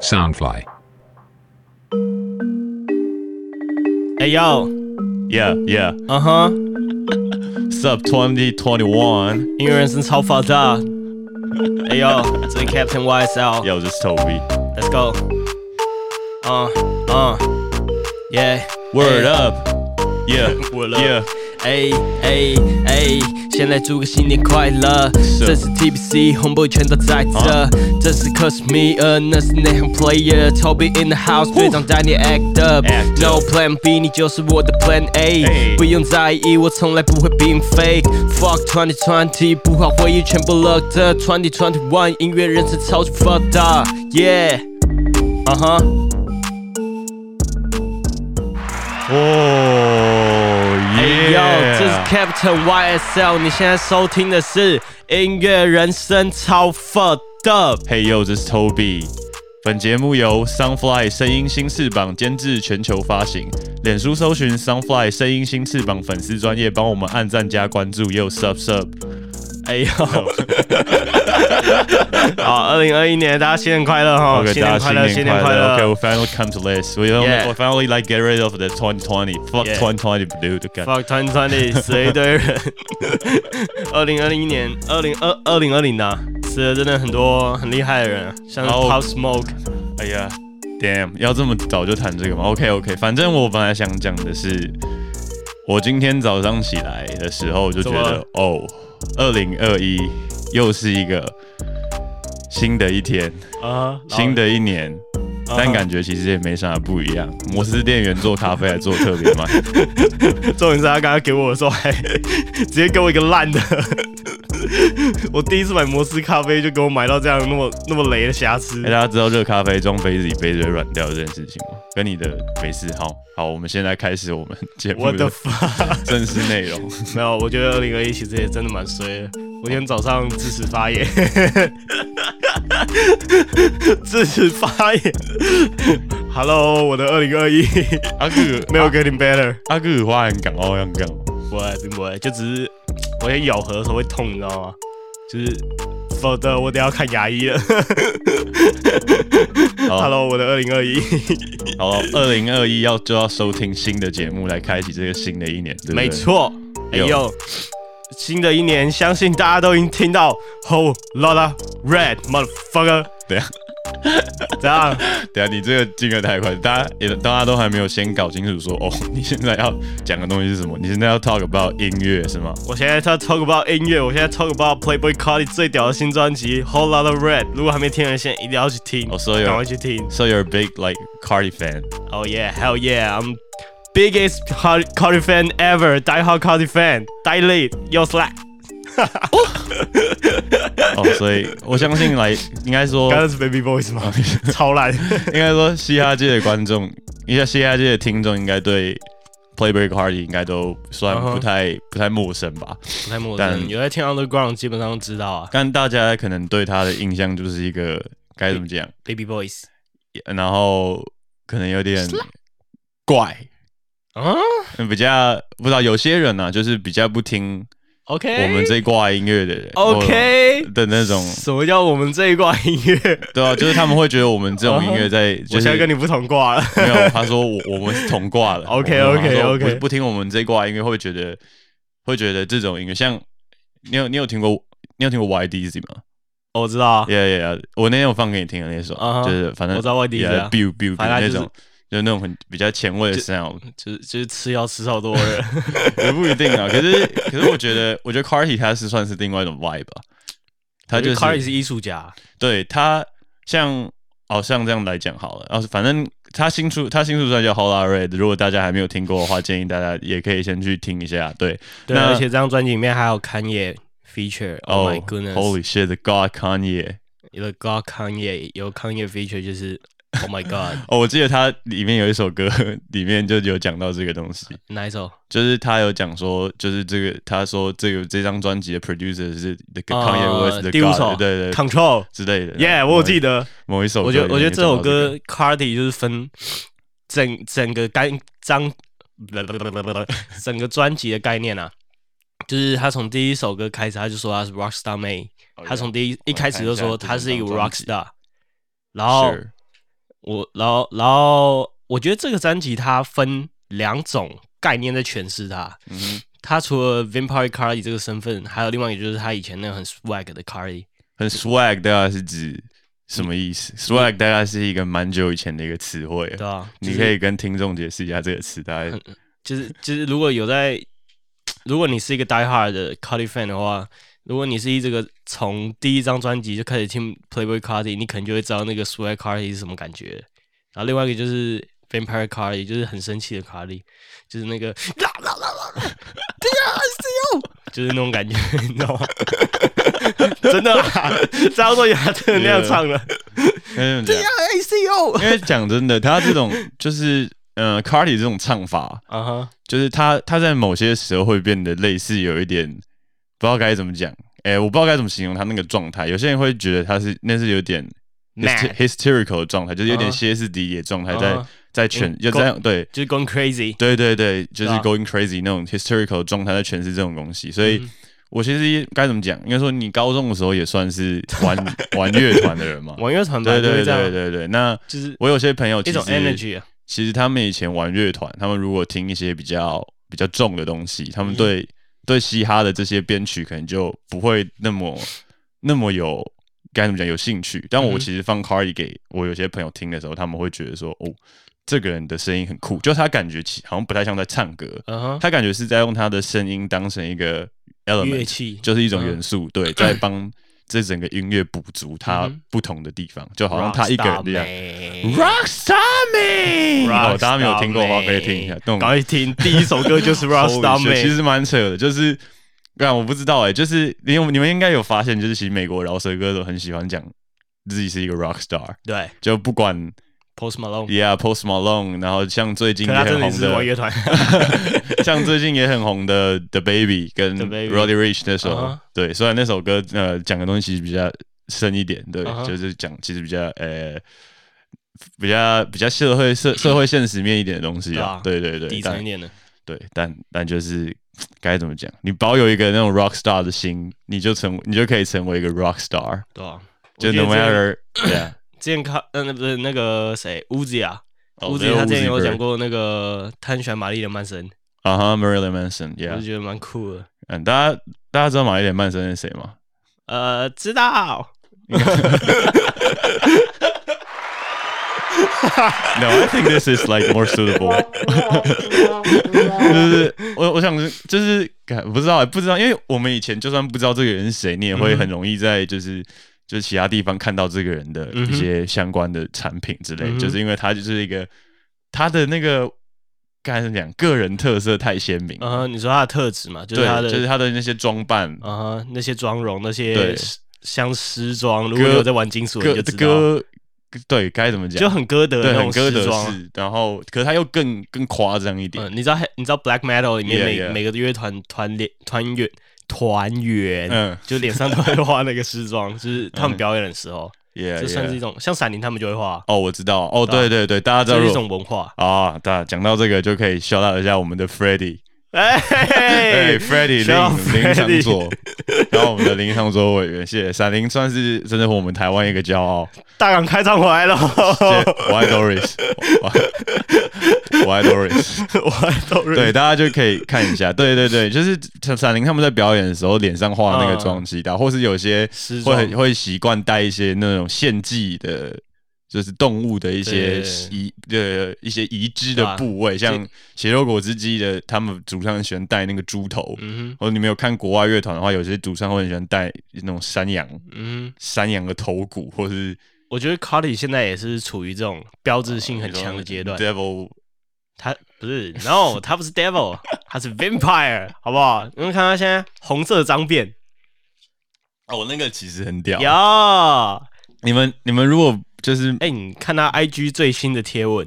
Soundfly. 哎呦， Yeah, yeah. 嗯哼， Sub 2021. 音乐人生超爆炸。哎呦，这里 Captain YSL，Let's Yo, this is Toby. go。嗯嗯，Yeah， Word Hey. up. Yeah, Word up. Yeah. 哎哎哎！先来祝个新年快乐。是啊这次 TBC 红 boy 全都在这，这时刻是 me，呃，那是内行 player。Toby in the house，队长带你 act Act up，No plan B，你就是我的 plan A。哎不用在意，我从来不会并 fake。Fuck 2020，不好回忆全部 locked up。2021，音乐人生超级 fucked up，Yeah，啊 Uh-huh 哈。 Oh, 哎呦，这是 yeah. Captain YSL，你现在收听的是音乐人生超 fucked up。 Hey, yo, this is Toby. 本节目由 Sunfly 声音新翅膀监制，全球发行。脸书搜寻 Sunfly 声音新翅膀粉丝专业，帮我们按赞加关注。Yo, sub sub。哎 呦，好，二零二一年大家新年快乐哈！ OK，Oh，新年大家快新乐，年新快年快乐。OK，we 乐。 finally come to this. We only, Yeah. we finally like get rid of the 2020. Fuck Yeah. 2020, dude. Okay. Fuck 2020，死了一堆 人。二零二零年，二零二二零二零呐，死了真的很多很厉害的人，像是哦 Pop Smoke。哎呀，damn，要这么早就谈这个吗？OK OK，反正我本来想讲的是，我今天早上起来的时候就觉怎么得了，哦，二零二一又是一个新的一天，啊，新的一年。老，但啊感觉其实也没啥不一样。摩斯店员做咖啡还做特 别慢，重点是他刚刚给我的时候还 直接给我一个烂的。 我第一次买摩斯咖啡就给我买到这样那么那么雷的瑕疵哎，。大家知道热咖啡装杯子里杯子会软掉这件事情吗？跟你的美式好好，我们现在开始我们节目我的的 fuck！正式内容。没有，我觉得二零二一其实也真的蛮衰的。我今天早上支持发 言，支持发言。Hello，我的二零二一阿哥没有 getting better。阿哥花很港澳样港哦。不会，并不会，就只是我也咬合的时候会痛，你知道吗？就是否则我得要看牙医了。好 Hello，我的二零二一，好了，二零二一要就要收听新的节目来开启这个新的一年，对不对？没，错。哎有呦，新的一年，相信大家都已经听到 Whole Lotta Red Motherfucker。等一下，怎样？等一下，你这个金额太快，大家也大家都还没有先搞清楚说，哦，你现在要讲的东西是什么？你现在要 talk about 音乐是吗？我现在要 talk about 音乐，我现在 talk about Playboy Cardi 最屌的新专辑 Whole Lotta Red。如果还没听的人，现在一定要去听，哦所以有赶快去听。 So you're a big like Cardi fan. Oh yeah, hell yeah! I'm biggest Car- Cardi fan ever. Die hard Cardi fan. Die late, yo slack. 哦，所以我相信来应该说刚刚是 Baby Voice 吗？超烂。应该说嘻哈界的观众，应该嘻哈界的听众应该对 Playboy Cardi 应该都算嗯不哼太、不太陌生吧？不太陌但有在听 Underground 基本上都知道啊。但大家可能对他的印象就是一个该怎么讲？ Baby Voice 然后可能有点怪，啊嗯比较不知道有些人呢、啊，就是比较不听，OK，我们这一挂音乐的人 OK 或的那种，什么叫我们这一挂音乐？对啊，就是他们会觉得我们这种音乐在，就我现在是跟你不同挂了。没有，他说我我们是同挂的 OK，OK，我们他说 OK 不不听我们这一挂音乐会觉得会觉得这种音乐像你有你有听过你有听过 YDZ 吗 我知道啊， ？Yeah yeah，yeah，我那天有放给你听的那首啊哈就是反正我知道 YDZ 啊 biu biu 反正他那就是种。就那种很比较前卫的 sound，就是就是吃药吃超多了。也不一定啊。可是可是我觉得，我觉得 Carty 他是算是另外一种 vibe 吧、 他就是 Cardi 是艺术家，对他像哦像这样来讲好了，然后反正他新出他新出专辑叫 Hola Red，如果大家还没有听过的话，建议大家也可以先去听一下。对，对，那而且这张专辑里面还有 Kanye feature。Oh my goodness，哦 Holy shit，The God Kanye。有 God Kanye，有 Kanye feature 就是 Oh my God，哦，我记得他里面有一首歌，里面就有讲到这个东西，哪一首？就是他有讲说，就是这个他说这个这张专辑的 producer 是 The Kanye 呃 West 的第五首 God，对对对，Control。之类的。 Yeah，我有记得，某一首歌，我觉得我觉得这首有歌 Cardi 就是分整整个干张， 整个专辑的概念啊，就是他从第一首歌开始，他就说他是 Rockstar m a y 讲到这个，他从第一一开始就说他是一个我来看一下这张专辑 Rockstar，然后 Sure 我然后然后我觉得这个专辑它分两种概念在诠释它，嗯哼，它除了 Vampire Carly 这个身份，还有另外一个就是他以前那个很 swag 的 Carly，很 swag 大概是指什么意思？swag 大概是一个蛮久以前的一个词汇了，对吧、就你是可以跟听众解释一下这个词，大概就是就是如果有在，如果你是一个 Die Hard 的 Carly fan 的话，如果你是一这个从第一张专辑就开始听 Playboy Carly，你可能就会知道那个 Swag Carly 是什么感觉。然后另外一个就是 Vampire Carly，就是很生气的 Carly，就是那个啦啦啦啦啦，就是那种感觉，你知道吗？ 真的啦，张若昀他真的那样唱的嗯这样。 I C O，因为讲真的，他这种就是呃 c a r d y 这种唱法，啊哈，就是他他在某些时候会变得类似有一点不知道该怎么讲，哎、我不知道该怎么形容他那个状态。有些人会觉得他是那是有点 Mad hyster- hysterical 的状态，就是有点啊歇斯底里的状态，啊在哈在全嗯就这样对。就是 Going Crazy，对对对，就是对啊 going crazy 那种 hysterical 的状态在诠释这种东西，所以嗯我其实该怎么讲？应该说你高中的时候也算是 玩玩乐团的人嘛。玩乐团吧，对就对是这对样，对对，那就是我有些朋友其一实种 energy 啊。其实他们以前玩乐团，他们如果听一些比较比较重的东西，他们对、嗯对嘻哈的这些编曲可能就不会那么 那么有该怎么讲有兴趣。但嗯我哼其实放 Cardi 给我有些朋友听的时候，他们会觉得说，哦，这个人的声音很酷，就是他感觉其好像不太像在唱歌，嗯哼，他感觉是在用他的声音当成一个 element，乐器就是一种嗯元素，对，在帮这整个音乐补足它嗯哼不同的地方，就好像他一个人这样。样。 Rockstar Man， Rockstar 嗯哦，大家没有听过的话可以听一下。那种赶快听，第一首歌就是 Rockstar Holy shit，其 Man。实蛮扯的，就是，但我不知道哎、就是你有你们应该有发现，就是其实美国饶舌歌手很喜欢讲自己是一个 Rockstar，对就不管，Post Malone， Yeah Post Malone，然后像最近可也他真很的红是玩的，乐 团。像最近也很红的 The Baby 跟 The Baby Roddy Rich 那首啊哈对，虽然那首歌呃讲的东西比较深一点，对啊哈就是讲其实比较呃。比较比较社 会社社会现实面一点的东西啊，对对对对，底但层一点的，对，但但就是 该怎么讲，你保有一个那种 rock star 的心，你就成你就可以成为一个 rock star，对吧？就我记得 no matter yeah，之前看，嗯，不是那个谁，Uzi 啊哦，Uzi 他之前有讲过那个他很喜欢玛丽莲曼森，啊哈 Marilyn Manson 我就 yeah，觉得蛮酷的。嗯，大家大家知道玛丽莲曼森是谁吗？呃，知道， No, I think this is like more suitable. 就是我我想就是干不知道不知道，因为我们以前就算不知道这个人是谁，你也会嗯哼很容易在就是。就是其他地方看到这个人的嗯哼一些相关的产品之类，嗯哼就是因为他就是一个他的那个该怎么讲，个人特色太鲜明，嗯哼，你说他的特质嘛，就是对他，就是的，他的那些装扮、嗯哼，那些妆容，那些对像时装，如果你有在玩金属，你歌就知道，歌，对该怎么讲，就很歌德的对那很种歌时德装啊。式，然后可是他又更更夸张一点，嗯，你知道你知道 black metal 里面 Yeah, 每 yeah. 每个乐团团脸团员团员，嗯就脸上都会画那个时装，就是他们表演的时 候， ，yeah，这算是一 yeah 种像闪灵他们就会画，哦，我知道，哦，对对对，大家知道这如是果一种文化。啊，大家讲到这个就可以 shout out 一下我们的 Freddy，哎 哎嘿嘿， ，Freddy shout out 林林长 Freddy 佐，然后我们的林长佐委员，谢谢闪灵，算是真的是我们台湾一个骄傲，大港开唱回来了，谢谢 Why Doris，Why Doris，我还都认对，大家就可以看一下， 对对对，就是闪灵他们在表演的时候脸上画那个嗯妆击打，或是有些时会装很会习惯带一些那种献祭的，就是动物的一些对遗呃一些遗肢对的啊部位，像血肉果汁机的，他们主唱很喜欢带那个猪头。嗯哼或者你没有看国外乐团的话，有些主唱会很喜欢带那种山羊、嗯哼，山羊的头骨，或是我觉得 Carly 现在也是处于这种标志性很强的阶段。 Devil 他不是，no，他不是 devil，他是 vampire，好不好？你们看他现在红色的脏辫，哦，那个其实很屌。有，你们你们如果就是哎、你看他 IG 最新的贴文，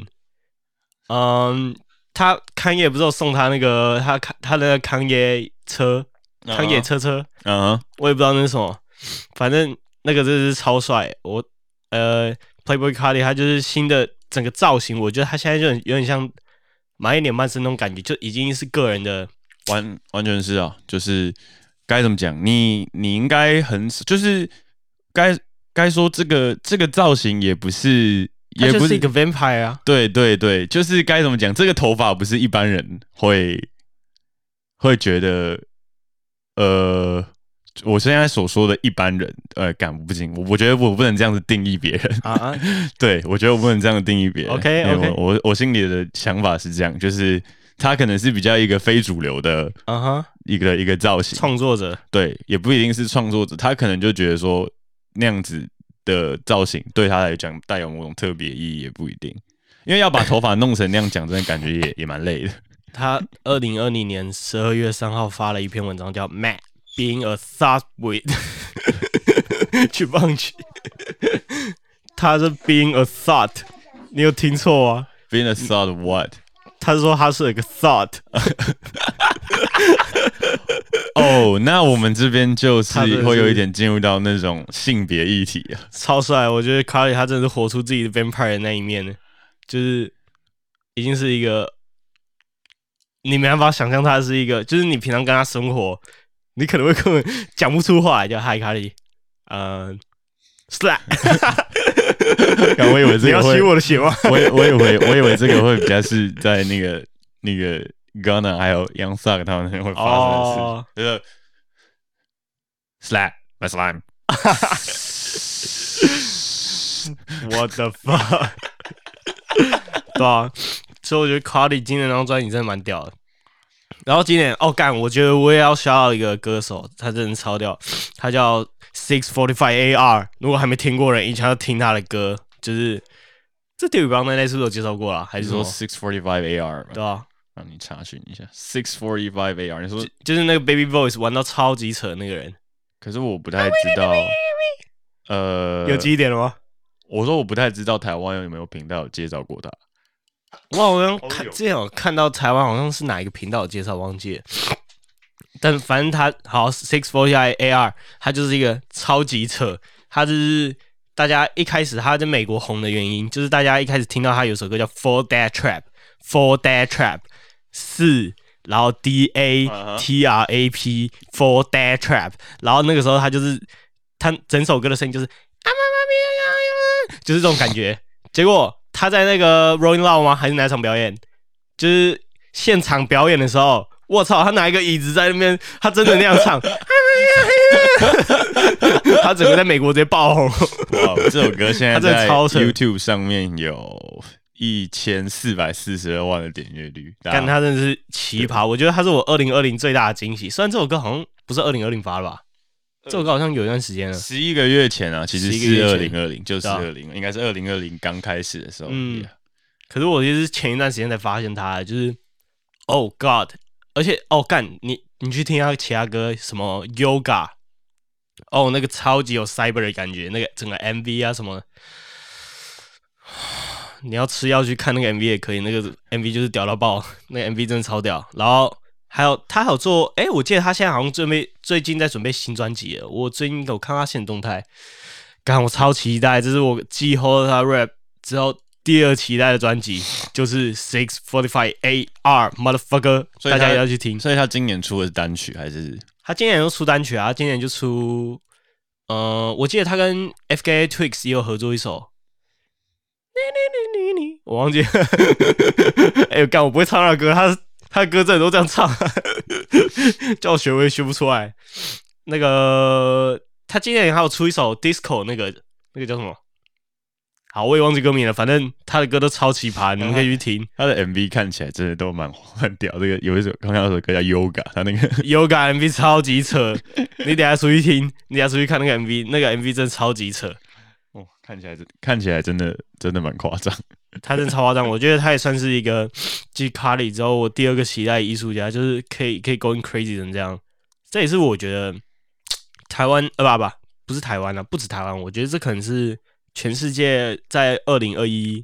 嗯，他康业不是有送他那个他康他的康业车，康业车车，嗯哼我也不知道那是什么，反正那个真的是超帅。我呃，Playboy Cardi 他就是新的整个造型，我觉得他现在就很有点像马一脸曼森那种感觉，就已经是个人的，完完全是啊，就是该怎么讲，你你应该很就是该该说这个这个造型也不是也他不就是是一个 vampire 啊，对对对，就是该怎么讲，这个头发不是一般人会会觉得，呃，我现在所说的一般人，呃，敢不行，我我觉得我不能这样子定义别人， 啊 啊，对我觉得我不能这样定义别 人。OK，因为 OK 我我我心里的想法是这样，就是他可能是比较一个非主流的啊哈，一个一个造型，创作者对，也不一定是创作者，他可能就觉得说那样子的造型对他来讲带有某种特别意义，也不一定。因为要把头发弄成那样，讲真的，感觉 也也蛮累的。他二零二零年十二月三号发了一篇文章，叫《Matt Being a Thumbwit》，去棒去， 他是 Being a Thought，你有听错啊？ Being a thought what？他说他是一个 Thought，哦、那我们这边就他真的是是会有一点进入到那种性别议题啊 了。超帅！我觉得 Carly 他真的是活出自己的 Vampire 的那一面，就是已经是一个你没办法想象他是一个，就是你平常跟他生活，你可能会根本讲不出话来，叫 Hi Carly，嗯、是啊。刚我以为这个会，的血 吗？我以我以为我以为这个会比较是在那个那个 Ghana 还有 Young Thug 他们那边会发生的事情。哦，就是 slap my slime。我的 fuck，对啊，所以我觉得 Cardi 今年那张专辑真的蛮屌的。然后今年哦干，我觉得我也要 shout 到一个歌手，他真的超屌，他叫 Six Forty Five AR。如果还没听过的人，一定要听他的歌，就是这地狱帮那类是不是有介绍过啦？啊还你是说说 six forty five AR 吧？对啊，让你查询一下 six forty five AR。你说，就是那个 Baby Voice 玩到超级扯的那个人，可是我不，Oh, 太知道。呃，有记忆点了吗？我说我不太知道台湾有没有频道有介绍过他。我好像看哦有之前有看到台湾好像是哪一个频道有介绍，忘记了。但反正他好 Six Forty I A R，他就是一个超级扯，他就是大家一开始他在美国红的原因，就是大家一开始听到他有首歌叫 Four Day Trap，Four Day Trap 四，然后 D A 啊哈 T R A P Four Day Trap，然后那个时候他就是他整首歌的声音就是啊妈妈咪呀呀呀，就是这种感觉。结果他在那个 Rolling Loud 吗？还是哪场表演？就是现场表演的时候，我操，他拿一个椅子在那边，他真的那样唱， 他整个在美国直接爆红。哇，哦这首歌现在他真的在超扯 YouTube 上面有一千四百四十二万的点阅率。大家但他真的是奇葩，我觉得他是我二零二零最大的惊喜。虽然这首歌好像不是二零二零发的吧，这首歌好像有一段时间了。十一个月前啊，其11实个是二月零前二零，就是对啊二零，应该是二零二零刚开始的时候。嗯 Yeah 可是我也是前一段时间才发现他的，就是 Oh God，而且哦干，你你去听他其他歌，什么 Yoga，哦那个超级有 Cyber 的感觉，那个整个 MV 啊什么的，你要吃药去看那个 MV 也可以，那个 MV 就是屌到爆，那个 MV 真的超屌。然后还有他还有做，哎、我记得他现在好像准备最近在准备新专辑了，我最近有看他现动态，干我超期待，这是我继后他 rap 之后第二期待的专辑，就是 Six Forty Five A R Motherfucker，所以他大家也要去听。所以他今年出的是单曲还是他今年就出单曲啊，他今年就出，呃，我记得他跟 F K A Twix 也有合作一首。你你你你你，我忘记了。 哎呦，干，我不会唱他的歌，他他的歌真的都这样唱， 叫我学我也学不出来。那个他今年还有出一首 disco，那个那个叫什么？好，我也忘记歌名了，反正他的歌都超奇葩，你们可以去听。他的 MV 看起来真的都蛮 蛮屌。这个有一首刚刚有一首歌叫 Yoga，他那个 Yoga MV 超级扯，你等一下出去听，你等一下出去看那个 MV，那个 MV 真的超级扯，哦，看起来真 看起来真的真的蛮夸张。他真的超夸张。我觉得他也算是一个继卡里之后我第二个期待的艺术家，就是可以可以 going crazy 成这样。这也是我觉得台湾呃不不不是台湾啊，不止台湾，我觉得这可能是全世界在二零二一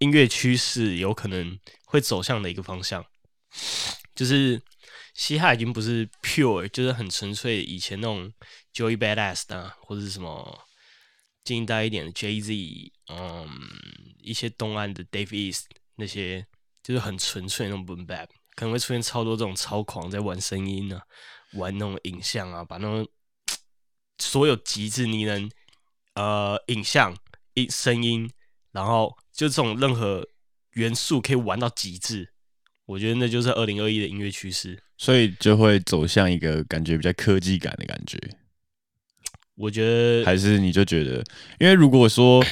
音乐趋势有可能会走向的一个方向，就是嘻哈已经不是 pure，就是很纯粹以前那种 Joey Badass 啊，或者是什么近代一点的 Jay Z，嗯，一些东岸的 Dave East 那些，就是很纯粹的那种 boom bap，可能会出现超多这种超狂在玩声音啊，玩那种影像啊，把那种所有极致你能呃影像、音声音，然后就这种任何元素可以玩到极致，我觉得那就是二零二一的音乐趋势。所以就会走向一个感觉比较科技感的感觉，我觉得还是你就觉得，因为如果说，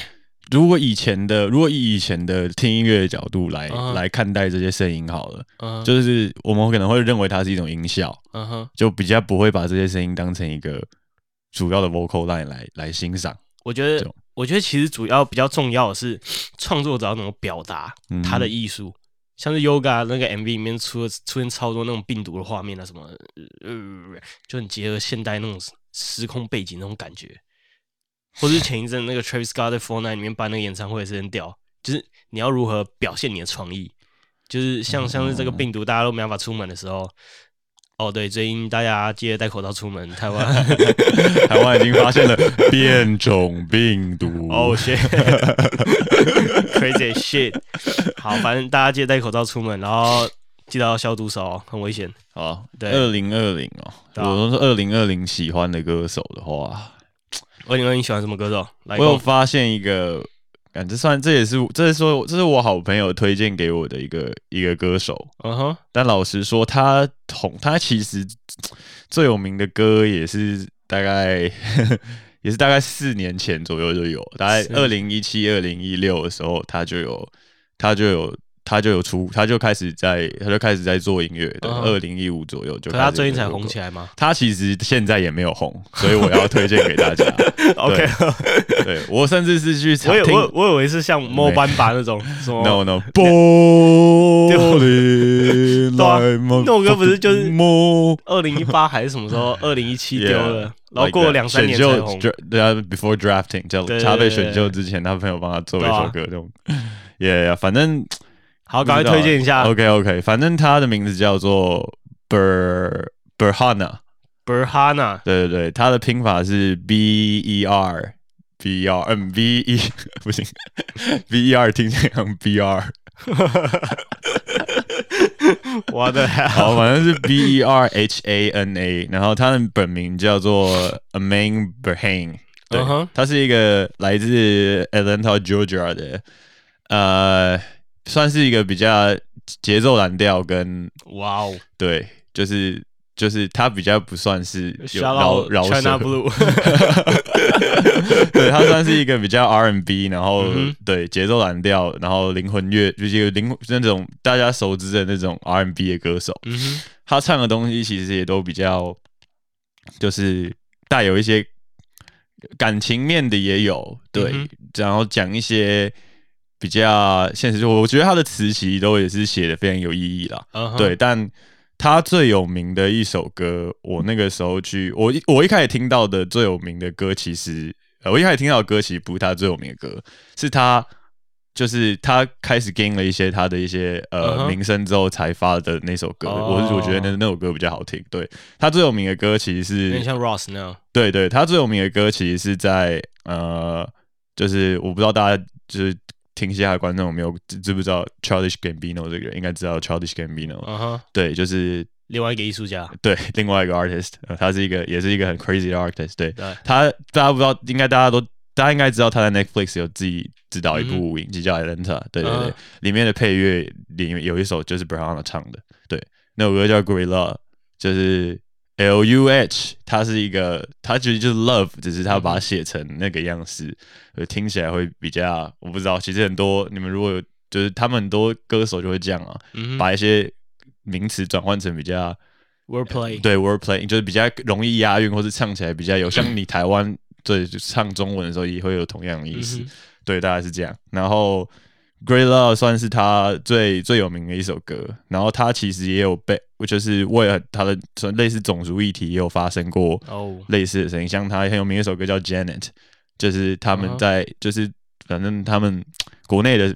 如果以前的，如果以以前的听音乐的角度来、嗯来看待这些声音好了，嗯哼就是我们可能会认为它是一种音效，嗯哼，就比较不会把这些声音当成一个主要的 vocal line 来来欣赏。我觉得就我觉得其实主要比较重要的是创作者要怎么表达嗯他的艺术。像是 Yoga 那个 MV 里面出了出现超多那种病毒的画面啊，什么呃，呃就很结合现代那种时空背景那种感觉，或是前一阵那个 Travis Scott 在 Four Night 里面办那个演唱会也是很屌，就是你要如何表现你的创意，就是像像是这个病毒大家都没办法出门的时候，哦对，最近大家记得戴口罩出门，台湾 台湾已经 发现了变种病毒 Oh shit，crazy shit。好，反正大家记得戴口罩出门，然后记得要消毒手哦，很危险。好，对二零二零哦，对啊我说是二零二零喜欢的歌手的话，二零二，你喜欢什么歌手？来，我有我发现一个，感这算这也是这是说这是我好朋友推荐给我的一个一个歌手，嗯哼，但老实说，他红他其实最有名的歌也是大概 也是大概四年前左右就有，大概是二零一七二零一六的时候，他就有他就有。他就有出，他就开始在，他就开始在做音乐的。嗯二零一五左右就，可是他最近才红起来吗他其实现在也没有红，所以我要推荐给大家。 ？OK， 对我甚至是去我以听我我以为是像摸班吧那种什 No 么 no，对啊对那首歌不是就是摸二零一八还是什么时候？ 二零一七丢了，然后过了两三年才呃选红。秀，对啊，before drafting，叫对对他被对选对秀之前，他朋友帮他做了一对啊首歌，这种， 也反正好，赶快推荐一下 OK OK，反正他的名字叫做 Ber Berhana， Berhana。对对对，他的拼法是 B E R。B R 嗯 B E 不行，B E R 听起来像 B R，我的 好，反正是 B E R H A N A，然后他的本名叫做 Amin Berhan，对嗯哼他是一个来自 Atlanta Georgia 的，呃，算是一个比较节奏蓝调跟哇哦对，就是就是他比较不算是有，Shout 饶 out 饶 China 舌， Blue， 对他算是一个比较 R N B，然后、嗯哼对节奏蓝调，然后灵魂乐就是灵魂那种大家熟知的那种 R N B 的歌手，嗯哼，他唱的东西其实也都比较，就是带有一些感情面的也有，对，嗯哼然后讲一些比较现实，我觉得他的词其实都也是写的非常有意义啦，嗯哼，对，但他最有名的一首歌，我那个时候去，我一我一开始听到的最有名的歌，其实呃，我一开始听到的歌其实不是他最有名的歌，是他就是他开始 gain 了一些他的一些呃、嗯哼哦名声之后才发的那首歌，我是我觉得那那首歌比较好听。对他最有名的歌其实有是点像 Ross 那样。对对，他最有名的歌其实是在呃，就是我不知道大家就是听嘻哈的观众有没有知知不知道 Childish Gambino 这个人，应该知道 Childish Gambino。嗯哼，对，就是另外一个艺术家，对另外一个 artist，、呃、他是一个也是一个很 crazy 的 artist 对。对，他大家不知道，应该大家都大家应该知道他在 Netflix 有自己指导一部影集叫《Atlanta》，对对对，嗯里面的配乐里面有一首就是 Brown 唱的，对，那首歌叫《Great Love》，就是 L U H，它是一个，它其实就是 love，只嗯是他把它写成那个样式，呃听起来会比较，我不知道，其实很多你们如果有，就是他们很多歌手就会这样啊，嗯哼把一些名词转换成比较。 ，Wordplay，对 wordplay 就是比较容易押韵，或是唱起来比较有，像你台湾对就唱中文的时候也会有同样的意嗯思，哼对，大概是这样。然后 Great Love 算是他最最有名的一首歌，然后他其实也有被，就是为了他的类似种族议题也有发生过哦，类似的声音，像他很有名的一首歌叫 Janet，就是他们嗯哼在、就是反正他们国内的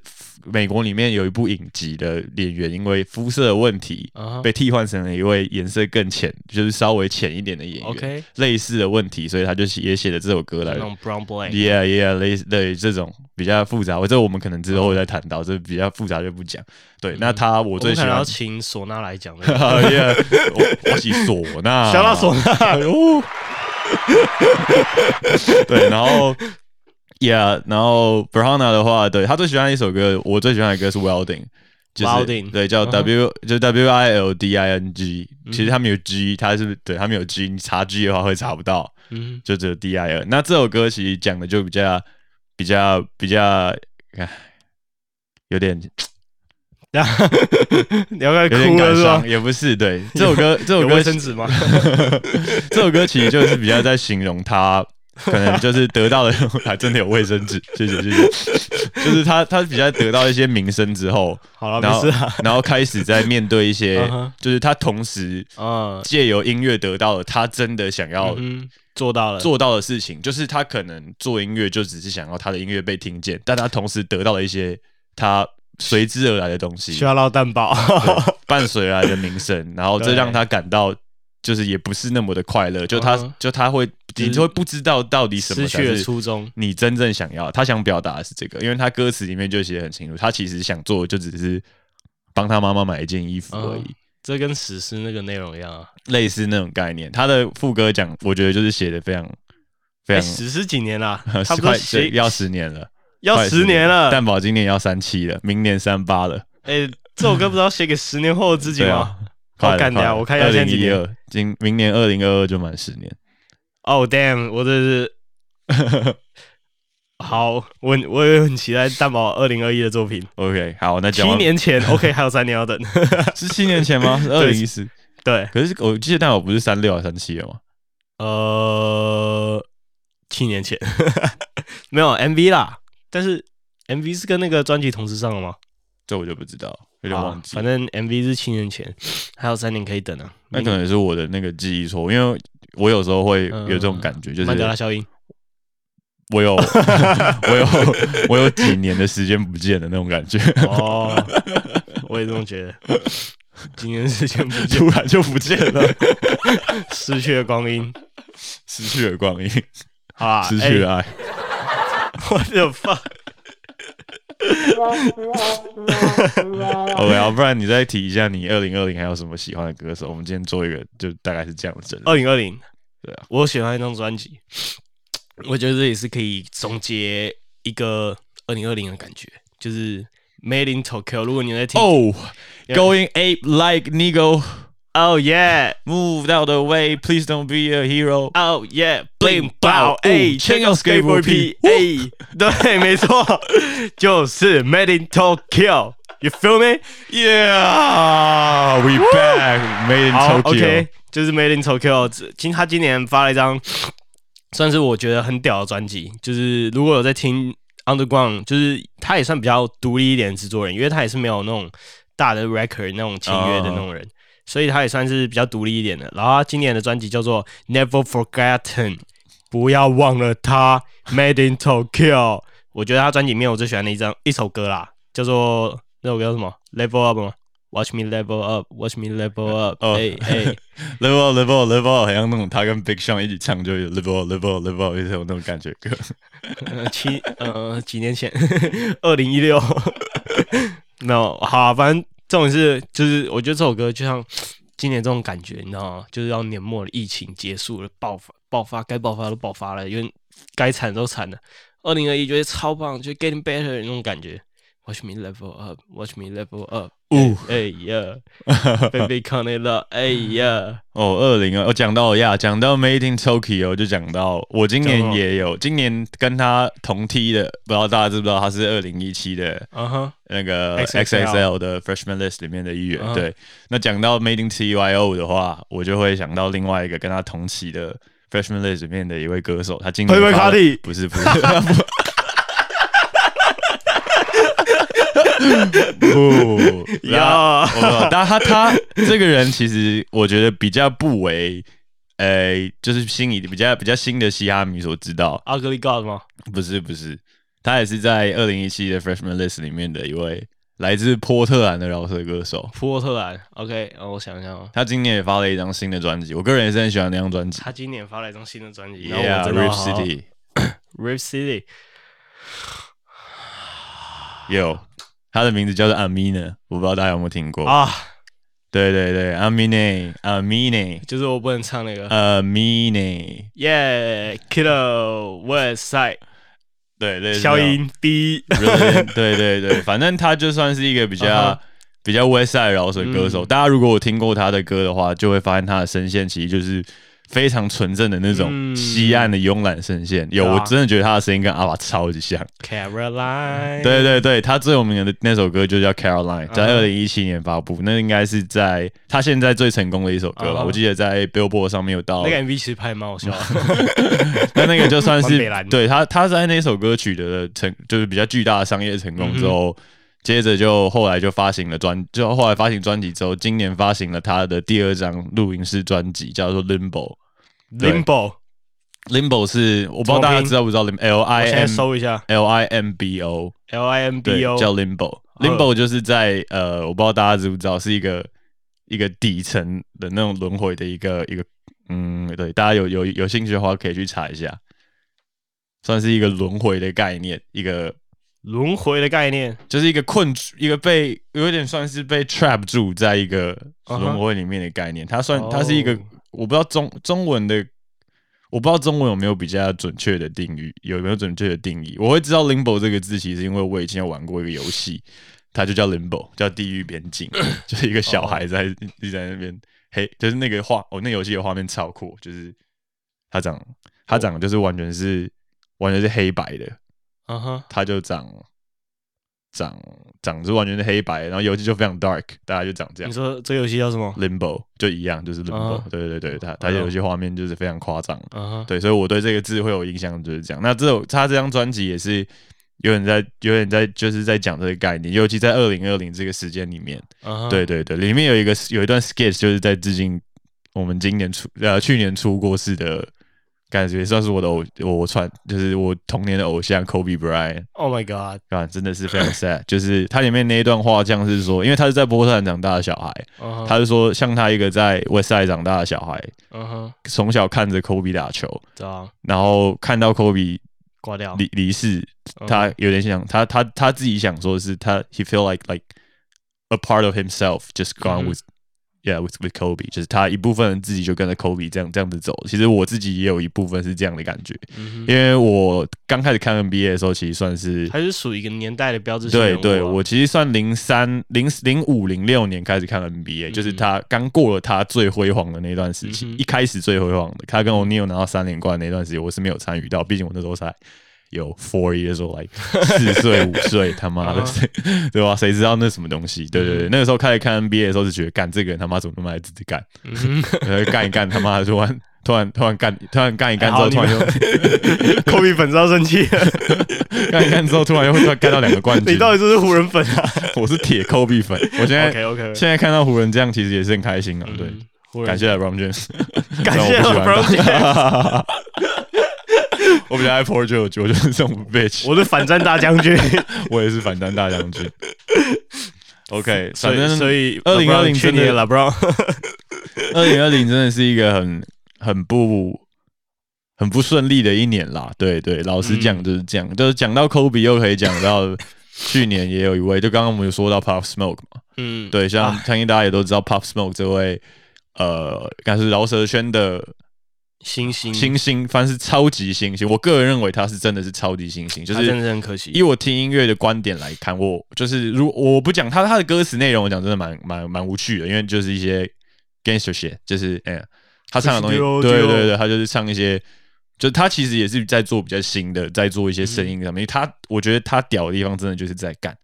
美国里面有一部影集的演员因为肤色的问题，啊被替换成了一位颜色更浅，就是稍微浅一点的演员，OK，类似的问题，所以他就写也写了这首歌来那。种 Brown Blade， Yeah, yeah，类似对这种比较复杂，我这我们可能之后再谈到，这比较复杂就不讲。对，那他嗯我我最们喜可能欢。要，请唢呐来讲的 yeah，我我喜唢呐，哎小到唢呐， 对，然后 Yeah，然后 b e r h a n a 的话，对他最喜欢的一首歌，我最喜欢的歌是 Welding，就是 Welding 对，嗯叫哼嗯 W，、就是 W I L D I N G，其实他没有 G，他是对他没有 G，你查 G 的话会查不到，嗯 就只有 D I N。那这首歌其实讲的就比较比较比较，唉有点哼，你要不有要 点哭了感是吧伤，？也不是对这首歌，这有首歌卫生 纸吗？这首歌其实就是比较在形容他，可能就是得到了， 还真的有卫生纸，谢谢谢谢， 就是他他比较得到一些名声之后，好了，然没后事啊。 然后开始在面对一些 嗯哼，就是他同时嗯借由音乐得到了他真的想要嗯，做到了，做到的事情，就是他可能做音乐就只是想要他的音乐被听见，但他同时得到了一些他随之而来的东西需，要捞蛋堡。对伴随而来的名声，然后这对让他感到就是也不是那么的快乐，就他、嗯哼就他会你就会不知道到底什么失才去了是初衷。你真正想要，他想表达的是这个，因为他歌词里面就写得很清楚，他其实想做的就只是帮他妈妈买一件衣服而已。嗯 这跟史诗那个内容一样啊。类似那种概念，他的副歌讲，我觉得就是写的非常非哎， 常，？史诗几年啦差不多快写要十年了，要快十年了。蛋宝今年要三七了，明年三八了，哎，这首歌不知道写给十年后的自己对吗啊？快了干快掉了，我看一下二现在零几一年二，今明年二零二二就满十年。哦、damn，我这是 好，我很我也很期待蛋宝二零二一的作品。 OK，好，那讲七完年 前，OK，还有三年要等。 是七年前 吗？是二零一四。对，可是我记得蛋宝不是三六还是三七啊了吗？呃，七年前 没有 MV 啦，但是 MV 是跟那个专辑同时上的吗？这我就不知道，有点啊忘记。反正 MV 是七年前，还有三年可以等啊。那可能是我的那个记忆错，因为我有时候会嗯有这种感觉，就曼德拉是效 应，我 有我有我有几年的时间不见的那种感 觉，哦，我也这么觉得。今年之前不 见，突然就不见 了，失去了光阴。失去了光阴，好啊啦，失去了爱。啊我的 fuck， OK，好，不然你再提一下你二零二零还有什么喜欢的歌手？我们今天做一个，就大概是这样的整理。二零二零，对啊，我喜欢一张专辑，我觉得这也是可以总结一个二零二零的感觉，就是 Made in Tokyo。如果你有在听，哦、g o i n g ape like Nigo。哦耶， Move out the way, please don't be a hero。哦耶，Bling 爆爆，哎哦，Check out check out skateboard skateboard P 哦 P，哎，对，没错，就是 Made in Tokyo，you feel me？ Yeah, we back, made in 好 Tokyo ，OK，。就是 Made in Tokyo 这。今他今年发了一张，算是我觉得很屌的专辑。就是如果有在听 Underground，就是他也算比较独立一点的制作人，因为他也是没有那种大的 record 那种签约的哦那种人。所以他也算是比较独立一点的。然后他今年的专辑叫做《Never Forgotten》，不要忘了他 Made in Tokyo。我觉得他专辑里面我最喜欢的一张一首歌啦，叫做那首歌叫什么？Level Up 吗？Watch me level up，Watch me level up，哦哎哎， Level, up, level, up, level，up，好像那种他跟 Big Sean 一起唱就有 level, up, level, up, level，up，就是有那种感觉歌。呃七呃几年前，二零一六，没有好、啊，反正重点是就是我觉得这首歌就像今年这种感觉，你知道吗？就是要年末了，疫情结束了，爆发爆发，该爆发都爆发了，因为该惨都惨了。二零二一觉得超棒，就 getting better 的那种感觉。Watch me level up, watch me level up，哦哎呀，baby connect up，哎呀，哦，二零二，我讲到呀，讲到 Made in Tokyo，就讲到我今讲年到也有，今年跟他同梯的，不知道大家知不知道，他是二零一七的嗯哼，那个 XXL XXL 的 Freshman List 里面的一员。嗯对，那讲到 Made in TYO 的话，我就会想到另外一个跟他同期的 Freshman List 里面的一位歌手，他今年 Playboy 发了 Carti 不 是不是。不，然呀后我不知道但他他这个人其实我觉得比较不为，呃，就是新一比较比较新的嘻哈迷所知道， ，Ugly God 吗？不是不是，他也是在二零一七的 Freshman List 里面的一位来自波特兰的饶舌歌手。波特兰，OK，哦，我想一下哦。他今年也发了一张新的专辑，我个人也是很喜欢那张专辑。他今年发了一张新的专辑，然后 Yeah, 我真的 Rip 好好 City Rip City，有，他的名字叫做 Amina，我不知道大家有没有听过。啊，对对对，Amina，Amina，Amina，就是我不能唱 Uh 呃那个。 Amina Yeah, kiddo, West Side，对，类似消这样音 B， Brilliant，对 对对，反正他就算是一个比啊较哈嗯比较 West Side 饶舌歌手。大家如果有听过他的歌的话，就会发现他的声线其实就是非常纯正的那种嗯西岸的慵懒声线。有，对啊我真的觉得他的声音跟阿爸超级像。 Caroline，对对对，他最有名的那首歌就叫 Caroline，在哎啊二零一七年发布，那应该是在他现在最成功的一首歌吧？啊哈我记得在 Billboard 上面有到那，个 MV 其实拍得蛮好笑的， 那那个就算蛮是北蓝的对他，他在那首歌取得了成，就是比较巨大的商业成功嗯之后，接着就后来就发行了专，就后来发行专辑之后，今年发行了他的第二张录音室专辑，叫做 Limbo。对 Limbo， Limbo 是我不知怎道么拼大家知道不知道 Limbo，L 我 I 现在 M 搜一下 L I M B O， L I M 对 B，O，叫 Limbo。Limbo 就是在呃，我不知道大家知不知道，是一个一个底层的那种轮回的一个一个，嗯，对，大家有有有兴趣的话可以去查一下，算是一个轮回的概念，一个轮回的概念，就是一个困住，一个被有点算是被 trap 住在一个轮回里面的概念。它算它是一个哦我不知道中中文的，我不知道中文有没有比较准确的定义，有没有准确的定义？我会知道 limbo 这个字，其实因为我以前有玩过一个游戏，它就叫 limbo，叫地狱边境，就是一个小孩在一直在那边嘿，就是那个画，哦，那游戏的画面超酷，就是他长他长得就是完全是完全是黑白的，嗯哼，它就长长长是完全是黑白，然后游戏就非常 dark，大家就长这你样。说这个游戏叫什么？ Limbo 就一样，就是 Limbo，、啊对对对，它它有些画面就是非常夸张，嗯哼，对，所以我对这个字会有印象就是这样。那这首他这张专辑也是有点在有点在就是在讲这个概念，尤其在二零二零这个时间里面，嗯哼，对对对，里面有一个有一段 sketch 就是在致敬我们今年出呃去年出过世的。感觉算是我的偶，我传就是我童年的偶像 Kobe Bryant， ，Oh my God，啊，真的是非常 sad。就是 它里面那一段话，像是说，因为他是在波特兰长大的小孩，嗯哼，他是说，像他一个在 West Side 长大的小孩，嗯哼，从小看着 Kobe 打球，知道，然后看到 Kobe 啊挂掉，Uh 离离世，嗯他有点想他他他自己想说的是他 he feel like like a part of himself just gone 嗯哼 with、yeah with with Kobe，就是他一部分自己就跟着 Kobe 这样这样子走。其实我自己也有一部分是这样的感觉，嗯哼，因为我刚开始看 NBA 的时候，其实算是还是属于一个年代的标志性对人物啊 对，我其实算零三、零零五、零六年开始看 NBA，、嗯就是他刚过了他最辉煌的那段时期，嗯哼一开始最辉煌的，他跟 O'Neal 拿到三连冠那段时间，我是没有参与到，毕竟我那时候才有 four years old like 四岁五岁，他妈的啊，谁对吧？谁知道那什么东西？对对对，那个时候开始看 NBA 的时候就觉得，干这个人他妈怎么那么爱自己干，嗯哼然后干一干他妈的突然突然突然干突然干一干之后哎好突然你又们，Kobe 粉要生气了，干一干之后突然又会干到两个冠 军你，到底是不是湖人粉啊 嗯我是铁抠鼻粉，我现在？OK OK，现在看到湖人这样，其实也是很开嗯心啊。对，对感谢 LeBron James， 感虽谢然我 b r 不 o 喜 j 欢 他。我比较爱 Paul George，我就是这种 bitch，我是反战大将 军，我也是反战大将 军。OK，所反以正所以2020 LeBron 去真的年 LeBron 二零二零真的是一个很很不很不顺利的一年啦。对对，老实嗯讲就是这样，就是讲到 Kobe 又可以讲到 去年也有一位，就刚刚我们有说到 Pop Smoke 嘛，嗯对，像相信大家也都知道 Pop Smoke 这位，呃，应该是饶舌圈的星星新星，反正是超级新星。我个人认为他是真的是超级新星，就他真是的是很可惜以，我听音乐的观点来看，我就是如我不讲他他的歌词内容，我讲真的蛮蛮蛮无趣的，因为就是一些 gangster shit，就是哎、他唱的东西，就是丢对丢对对，他就是唱一些。就他其实也是在做比较新的，在做一些声音上面。因为他我觉得他屌的地方，真的就是在干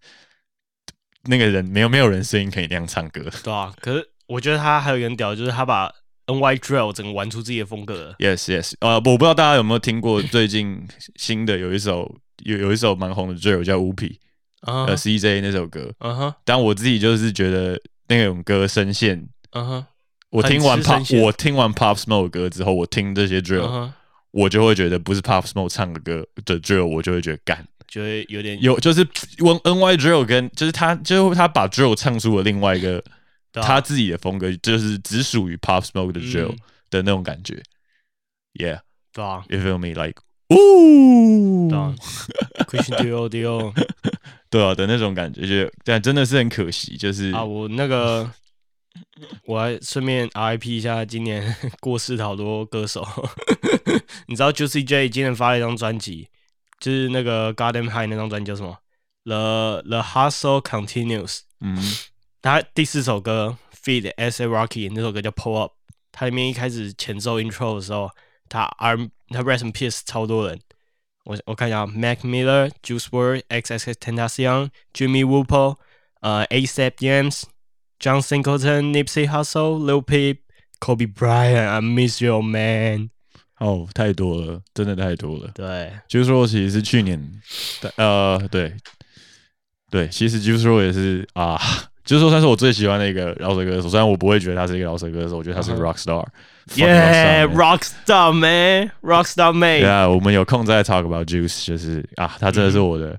那个人没有没有人声音可以那样唱歌，对啊，可是我觉得他还有一个很屌，就是他把 NY Drill 整个玩出自己的风格了。 Yes, yes. 呃，不我不知道大家有没有听过最近 新的有一首有有一首蛮红的 drill 叫 Whoopi，啊呃，CJ 那首歌。嗯哼，但我自己就是觉得那种歌声线，嗯哼，我听很完吃声 Pop 线我听完 Pop Smoke 的歌之后，我听这些 drill，、嗯哼，我就会觉得不是 Pop Smoke 唱的歌的 drill，我就会觉得干就会有点有就是 N N Y drill 跟就是他就是他把 drill 唱出了另外一个对啊他自己的风格，就是只属于 Pop Smoke 的 drill、嗯的那种感觉。Yeah. 对啊 You feel me? Like, ooh，对啊 ，Christian Dio Dio 对啊的那种感觉，就但真的是很可惜，就是啊，我那个。我还顺便 RIP 一下，今年 过世的好多歌手。你知道 Juicy J 今年发了一张专辑，就是那个 Garden High 那张专辑叫什么？The The Hustle Continues。嗯他第四首歌 Feed S A Rocky 那首歌叫 Pull Up，它里面一开始前奏 intro 的时候，他 R 他 Rest in Peace 超多人，我我看一下，Mac Miller、Juice WRLD、X X Tentacion、Jimmy Woopo、呃 ASAP James、John Singleton、Nipsey Hussle、Lil Peep、Kobe Bryant、I Miss You Man， 哦，太多了，真的太多了。对 Juice WRLD 其实是去年，呃，对，对，其实 Juice WRLD 也是啊，Juice WRLD 算是我最喜欢的一个饶舌歌手，虽然我不会觉得他是一个饶舌歌手，我觉得他是嗯 rock star。 ，Yeah，Rockstar Man，Rockstar Man， Yeah，我们有空再 talk about Juice，就是啊，他真的是我的，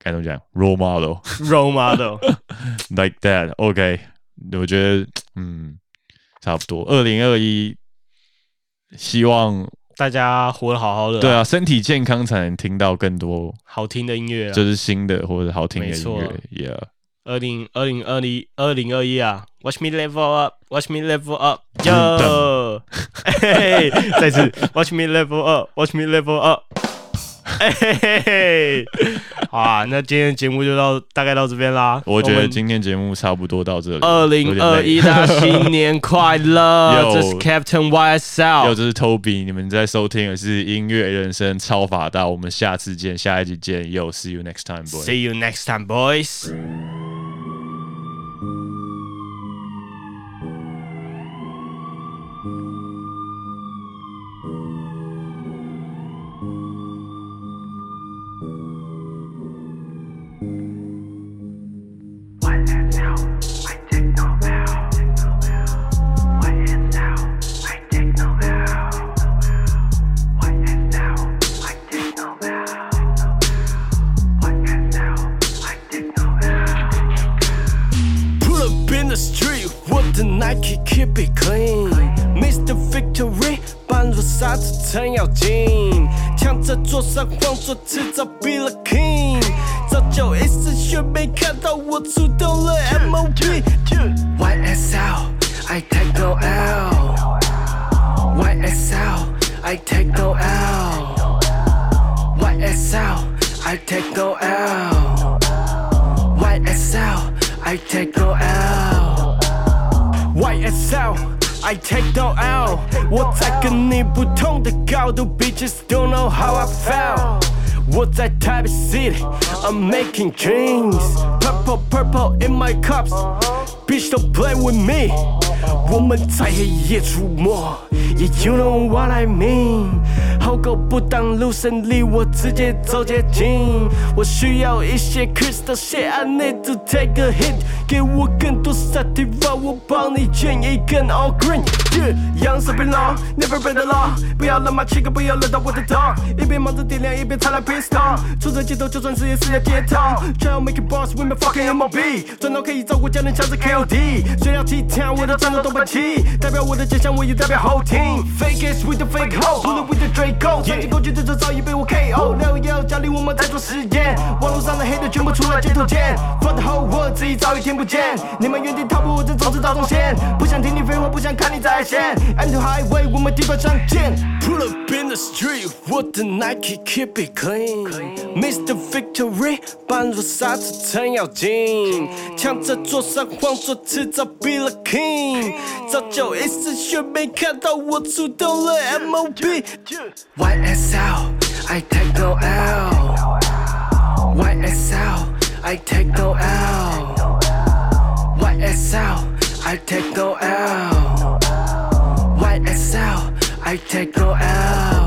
该怎么讲，role model。 role model， like that。OK，我觉得嗯，差不多。二零二一，希望大家活得好好的，对，啊，身体健康才能听到更多好听的音乐啊，就是新的或者好听的没音错啊乐。Yeah，二零二零二零二零二一啊，Watch me level up，Watch me level up，哟噔， 嘿嘿，再次 Watch me level up，Watch me level up，嘿嘿 嘿，好啊，Ah, 那今天的节目就到大概到这边啦。我觉得们呃今天节目差不多到这里。二零二一大家新年快 乐，哟这是 Captain 要 YSL，这是 Toby，你们在收听的是音乐人生超法大，我们下次见，下一集见，Yo see you next time boy。 See you next time, boys. What is now? I take no L. What is now? I take no L. What is now? I take no L. What is now? I take no L. Pull up in the street with the Nike, keep it clean. Mr. Victory，般若杀子程咬金，抢在桌上晃作迟早 be the king。早就一丝血没看到我出动了 MOP。YSL, I take no L. YSL, I take no L. YSL, I take no L. YSL, I take no L. YSL, I take no L. 我在跟你不同的高度，Bitches don't know how I felt。我在台北 City, I'm making dreams. Purple, purple in my cups. Bitch, don't play with me. 我们在黑夜出没，Yeah, you know what I mean。好狗不挡路，胜利我直接走捷径。我需要一些 crystal shit, I need to take a hit。给我更多 sativa，我帮你建一根 all green。Yeah, young s u b e long, never break the law。不要乱骂七个，不要乱到我的头。一边忙着点亮，一边擦亮 pistol。出着街头，就算是也是在街头。Try to make it boss, we my fucking MLB。赚到可以照顾家人，像是 KOD。虽然气场，我的战斗都本齐。代表我的家乡，我也代表 whole team。Fake is with the fake hoe，除了 with the Draco。曾经过去的这早已被我 KO。六幺家里我们在做实验，网络上的黑的全部出来街头见。Fuck the whole world，自己早已听不见。你们原地踏步，我正走着导动线。不想听你废话，不想看你在海线。I'm the highway，我们地表相见。Pull up in the street with the Nike keep it clean。Mr. Victory，般若杀子程咬金，抢着桌上晃作迟早 be the king。早就一丝血没看到我出动了 MOB。YSL, I take no L。YSL, I take no L。YSL, I take no L。YSL, I take no L.